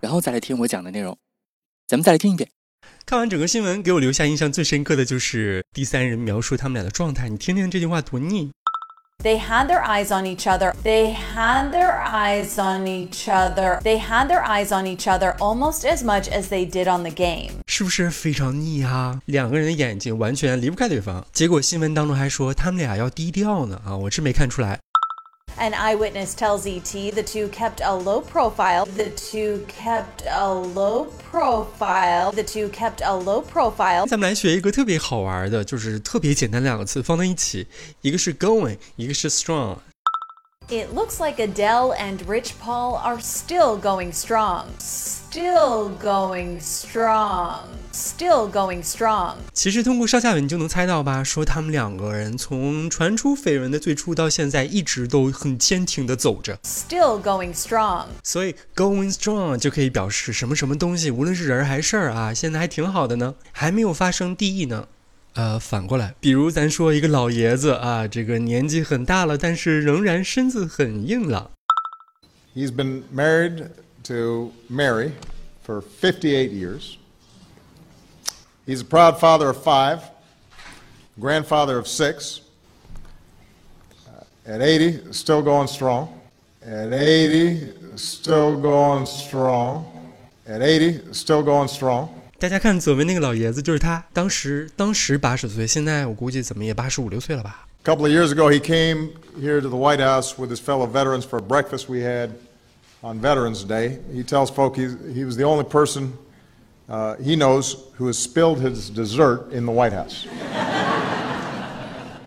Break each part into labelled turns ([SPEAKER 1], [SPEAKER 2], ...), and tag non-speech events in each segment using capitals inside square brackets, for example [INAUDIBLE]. [SPEAKER 1] 然后再来听我讲的内容。咱们再来听一遍。
[SPEAKER 2] 看完整个新闻，给我留下印象最深刻的就是第三人描述他们俩的状态。你听听这句话多腻！
[SPEAKER 3] They had their eyes on each other. They had their eyes on each other. They had their eyes on each other almost as much as they did on the game.
[SPEAKER 2] 是不是非常腻啊？两个人的眼睛完全离不开对方。结果新闻当中还说他们俩要低调呢啊！我真没看出来。
[SPEAKER 3] An eyewitness tells ET the two kept a low profile. The two kept a low profile. The two kept a low profile.
[SPEAKER 2] 咱们来学一个特别好玩的，就是特别简单两个词放在一起，一个是 going，一个是 strong。
[SPEAKER 3] It looks like Adele and Rich Paul are still going strong. Still going strong. Still going strong.
[SPEAKER 2] 其实通过上下文你就能猜到吧，说他们两个人从传出绯闻的最初到现在，一直都很坚挺的走着。
[SPEAKER 3] Still going strong.
[SPEAKER 2] 所以 going strong 就可以表示什么什么东西，无论是人儿还是事儿啊，现在还挺好的呢，还没有发生地义呢。呃，反过来，比如咱说一个老爷子啊，这个年纪很大了，但是仍然身子很硬朗。
[SPEAKER 4] He's been married to Mary for 58 years. He's a proud father of five, grandfather of six. Uh, At 80, still going strong. At 80, still going strong. At 80, still going strong.
[SPEAKER 2] 大家看左边那个老爷子就是他，当时当时八十岁，现在我估计怎么也八十五六岁了吧。
[SPEAKER 4] A couple of years ago, he came here to the White House with his fellow veterans for a breakfast we had on Veterans Day. He tells folk he, he was the only person uh, he knows who has spilled his dessert in the White House. [LAUGHS]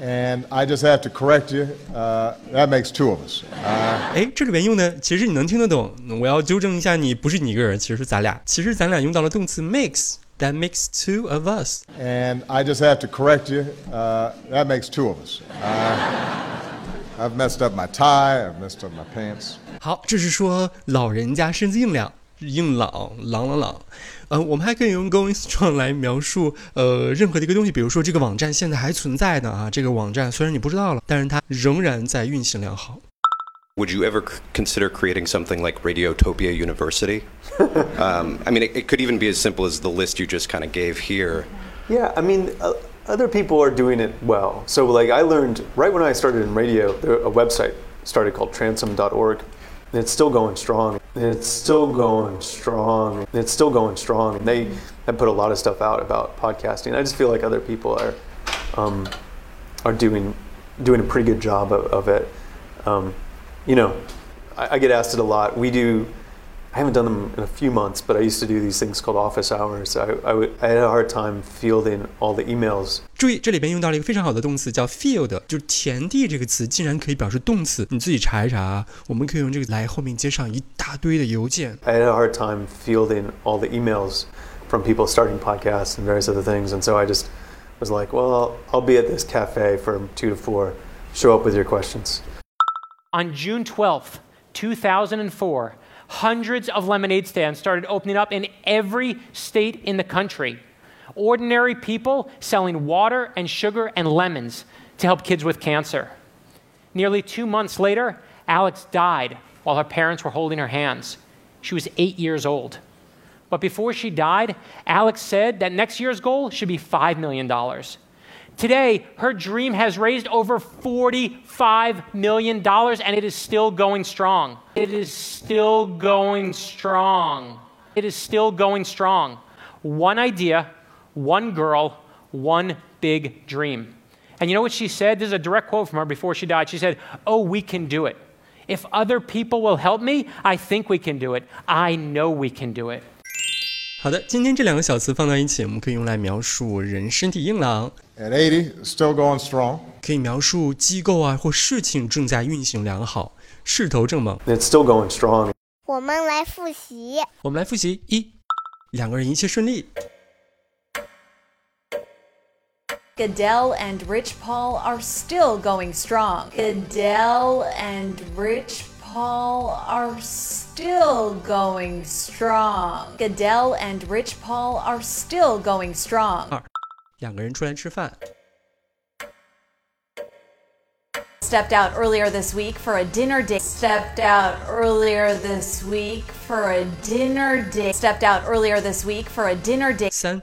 [SPEAKER 4] and I just have to correct you uh, that makes two of us.
[SPEAKER 2] 哎，这里边用的其实你能听得懂，我要纠正一下你，不是你一个人，其实是咱俩，其实咱俩用到了动词 makes，that makes two of us。
[SPEAKER 4] And I just have to correct you uh, that makes two of us. Uh, I've messed up my tie, I've messed up my pants.
[SPEAKER 2] 好，这是说老人家身子硬朗，硬朗，朗朗朗。呃，我们还可以用 going strong 来描述呃任何的一个东西，比如说这个网站现在还存在呢啊，这个网站虽然你不知道了，但是它仍然在运行良好。
[SPEAKER 5] Would you ever c- consider creating something like Radiotopia University? [LAUGHS] um, I mean, it, it could even be as simple as the list you just kind of gave here.
[SPEAKER 6] Yeah, I mean, uh, other people are doing it well. So, like, I learned right when I started in radio, there, a website started called transom.org, and it's still going strong. And it's still going strong. And it's still going strong. And they have put a lot of stuff out about podcasting. I just feel like other people are um, are doing doing a pretty good job of, of it. Um, you know, I, I get asked it a lot. We do. I haven't done them in a few months, but I used to do these things called office hours. I, I, would, I had a hard time fielding all the emails
[SPEAKER 2] 注意，这里边用到了一个非常好的动词叫 field，就是田地这个词竟然可以表示动词，你自己查一查啊。我们可以用这个来后面接上一大堆的邮件。
[SPEAKER 6] I had a hard time fielding all the emails from people starting podcasts and various other things. And so I just was like, well, I'll, I'll be at this cafe from two to four. Show up with your questions.
[SPEAKER 7] On June 12th, 2004, hundreds of lemonade stands started opening up in every state in the country. Ordinary people selling water and sugar and lemons to help kids with cancer. Nearly two months later, Alex died while her parents were holding her hands. She was eight years old. But before she died, Alex said that next year's goal should be $5 million. Today, her dream has raised over $45 million, and it is still going strong. It is still going strong. It is still going strong. One idea, one girl, one big dream. And you know what she said? This is a direct quote from her before she died. She said, Oh, we can do it. If other people will help me, I think we can do it. I know we can do it.
[SPEAKER 2] 好的，今天这两个小词放到一起，我们可以用来描述人身体硬朗，
[SPEAKER 4] At 80, still going strong.
[SPEAKER 2] 可以描述机构啊或事情正在运行良好，势头正猛。
[SPEAKER 6] And it's still going strong.
[SPEAKER 8] 我们来复习。
[SPEAKER 2] 我们来复习一，两个人一切顺利。
[SPEAKER 3] Goodell and Rich Paul are still going strong. Goodell and Rich Paul are still going strong. Goodell and Rich Paul are still going strong.
[SPEAKER 2] 二，两个人出来吃饭。
[SPEAKER 3] Stepped out earlier this week for a dinner date. Stepped out earlier this week for a dinner date. Stepped out earlier this week for a dinner date.
[SPEAKER 2] 三，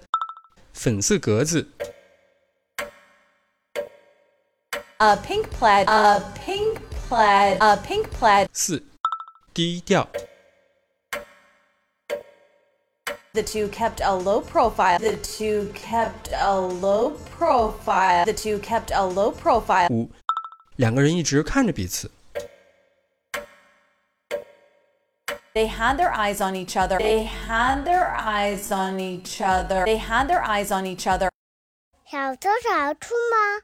[SPEAKER 2] 粉色格子。
[SPEAKER 3] A pink plaid. A pink plaid. A pink plaid.
[SPEAKER 2] 四，低调。
[SPEAKER 3] The two kept a low profile. The two kept a low profile. The two kept a low profile.
[SPEAKER 2] 五，两个人一直看着彼此。
[SPEAKER 3] They had their eyes on each other. They had their eyes on each other. They had their eyes on each other.
[SPEAKER 8] 小偷小出吗？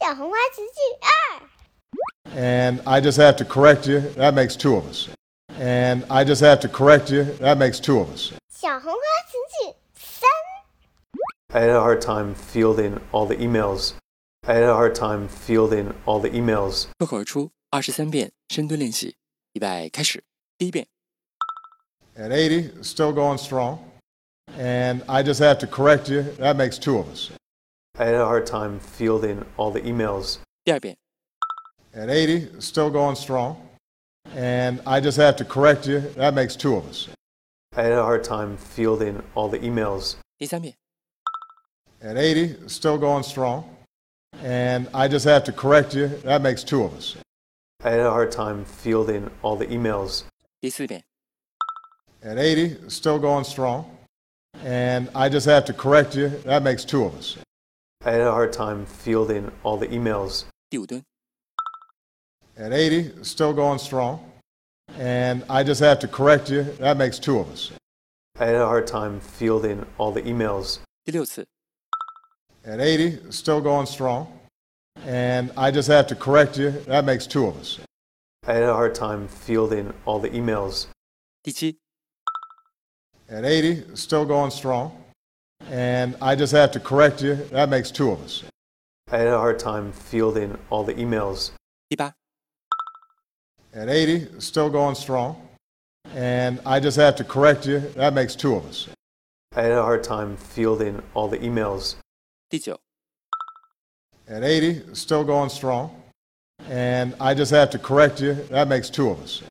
[SPEAKER 8] 小红花词句二，
[SPEAKER 4] And I just have to correct you. That makes two of us. And I just have to correct you. That makes two of us.
[SPEAKER 8] 小红花词句三，
[SPEAKER 6] I had a hard time fielding all the emails. I had a hard time fielding all the emails.
[SPEAKER 1] 脱口而出二十三遍深蹲练习，预备开始。第一遍，
[SPEAKER 4] At 80, still going strong. And I just have to correct you. That makes two of us.
[SPEAKER 6] I had a hard time fielding all the emails.
[SPEAKER 1] 第二遍，
[SPEAKER 4] At 80, still going strong. And I just have to correct you. That makes two of us.
[SPEAKER 6] I had a hard time fielding all the emails.
[SPEAKER 1] 第三遍，
[SPEAKER 4] At 80, still going strong. And I just have to correct you. That makes two of us.
[SPEAKER 6] I had a hard time fielding all the emails.
[SPEAKER 1] 第四遍，
[SPEAKER 4] At 80, still going strong. And I just have to correct you. That makes two of us.
[SPEAKER 6] I had a hard time fielding all the emails.
[SPEAKER 1] 第五蹲，
[SPEAKER 4] At 80, still going strong. And I just have to correct you. That makes two of us.
[SPEAKER 6] I had a hard time fielding all the emails.
[SPEAKER 1] 第六次，
[SPEAKER 4] At 80, still going strong. And I just have to correct you. That makes two of us.
[SPEAKER 6] I had a hard time fielding all the emails.
[SPEAKER 1] 第七、
[SPEAKER 4] At 80, still going strong. And I just have to correct you. That makes two of us.
[SPEAKER 6] I had a hard time fielding all the emails.
[SPEAKER 1] 第八、
[SPEAKER 4] At 80, still going strong. And I just have to correct you. That makes two of us.
[SPEAKER 6] I had a hard time fielding all the emails.
[SPEAKER 1] 第九、
[SPEAKER 4] At 80, still going strong. And I just have to correct you. That makes two of us.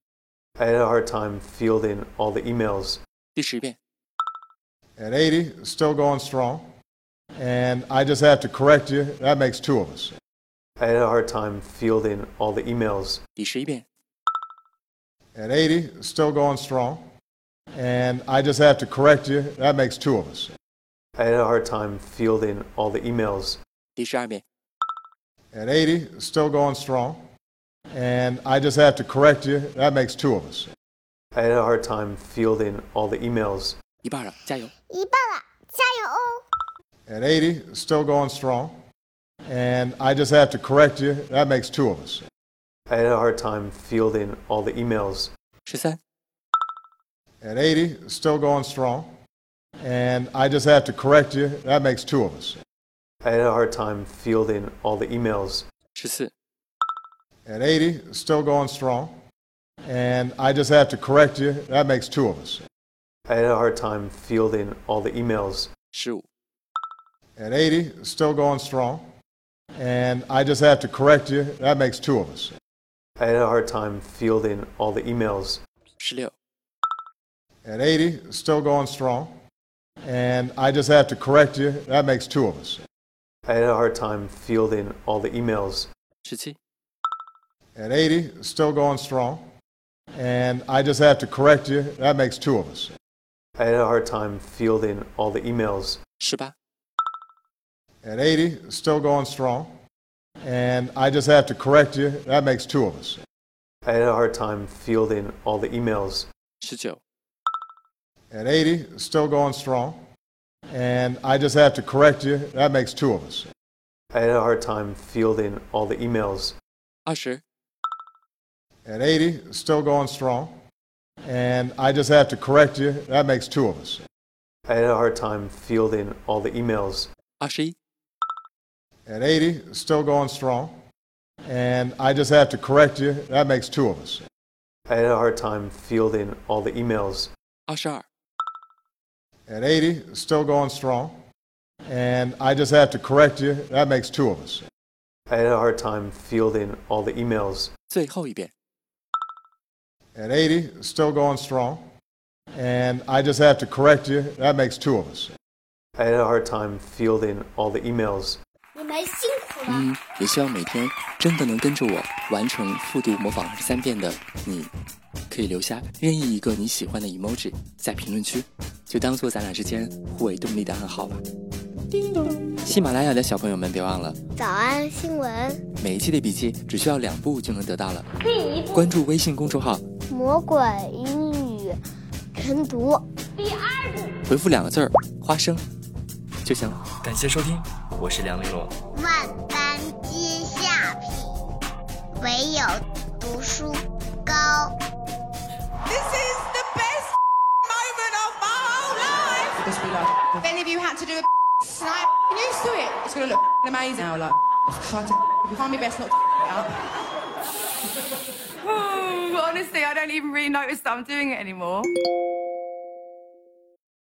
[SPEAKER 6] I had a hard time fielding all the emails.
[SPEAKER 1] 第十遍、
[SPEAKER 4] At 80, still going strong. And I just have to correct you. That makes two of us.
[SPEAKER 6] I had a hard time fielding all the emails.
[SPEAKER 1] 第十一遍、
[SPEAKER 4] At 80, still going strong. And I just have to correct you. That makes two of us.
[SPEAKER 6] I had a hard time fielding all the emails.
[SPEAKER 1] 第十二遍、
[SPEAKER 4] At 80, still going strong. And I just have to correct you. That makes two of us.
[SPEAKER 6] I had a hard time fielding all the emails.
[SPEAKER 1] 一半了，加油！
[SPEAKER 8] 一半了，加油哦！
[SPEAKER 4] At 80, still going strong. And I just have to correct you. That makes two of us.
[SPEAKER 6] I had a hard time fielding all the emails.
[SPEAKER 1] 十三、
[SPEAKER 4] At 80, still going strong. And I just have to correct you. That makes two of us.
[SPEAKER 6] I had a hard time fielding all the emails.
[SPEAKER 1] 十四、
[SPEAKER 4] At 80, still going strong. And I just have to correct you. That makes two of us.
[SPEAKER 6] I had a hard time fielding all the emails.
[SPEAKER 1] 十五、
[SPEAKER 4] At 80, still going strong. And I just have to correct you. That makes two of us.
[SPEAKER 6] I had a hard time fielding all the emails.
[SPEAKER 1] 十六、
[SPEAKER 4] At 80, still going strong. And I just have to correct you. That makes two of us.
[SPEAKER 6] I had a hard time fielding all the emails.
[SPEAKER 1] 十七、
[SPEAKER 4] At 80, still going strong. And I just have to correct you. That makes two of us.
[SPEAKER 6] I had a hard time fielding all the emails.
[SPEAKER 1] 十八、
[SPEAKER 4] At 80, still going strong. And I just have to correct you. That makes two of us.
[SPEAKER 6] I had a hard time fielding all the emails.
[SPEAKER 1] 十九、
[SPEAKER 4] At 80, still going strong. And I just have to correct you. That makes two of us.
[SPEAKER 6] I had a hard time fielding all the emails.
[SPEAKER 1] 二十、
[SPEAKER 4] At 80, still going strong. And I just have to correct you. That makes two of us.
[SPEAKER 6] I had a hard time fielding all the emails.
[SPEAKER 1] 二十一、
[SPEAKER 4] At 80, still going strong. And I just have to correct you. That makes two of us.
[SPEAKER 6] I had a hard time fielding all the emails.
[SPEAKER 1] 二十二、
[SPEAKER 4] At 80, still going strong. And I just have to correct you. That makes two of us.
[SPEAKER 6] I had a hard time fielding all the emails.
[SPEAKER 1] 最后一遍。
[SPEAKER 4] At 80, still going strong. And I just have to correct you. That makes two of us.
[SPEAKER 6] I had a hard time fielding all the emails.
[SPEAKER 8] 你们辛苦了。
[SPEAKER 1] 嗯，也希望每天真的能跟着我完成复读模仿二十三遍的你，可以留下任意一个你喜欢的 emoji 在评论区，就当做咱俩之间互为动力的暗号吧。叮咚！喜马拉雅的小朋友们，别忘了
[SPEAKER 8] 早安新闻，
[SPEAKER 1] 每一期的笔记只需要两步就能得到了。
[SPEAKER 8] 可以一
[SPEAKER 1] 关注微信公众号，
[SPEAKER 8] 魔鬼英语晨读。
[SPEAKER 1] 回复两个字儿“花生”就行了。感谢收听，我是梁丽罗。
[SPEAKER 8] 万般皆下品，唯有读书高。
[SPEAKER 9] This is the best moment of my whole life. If any of you had to do a snipe, get used to it. It's gonna look amazing now. Like, try to find me best not to it up. [SIGHS] Honestly, I don't even really notice that I'm doing it anymore.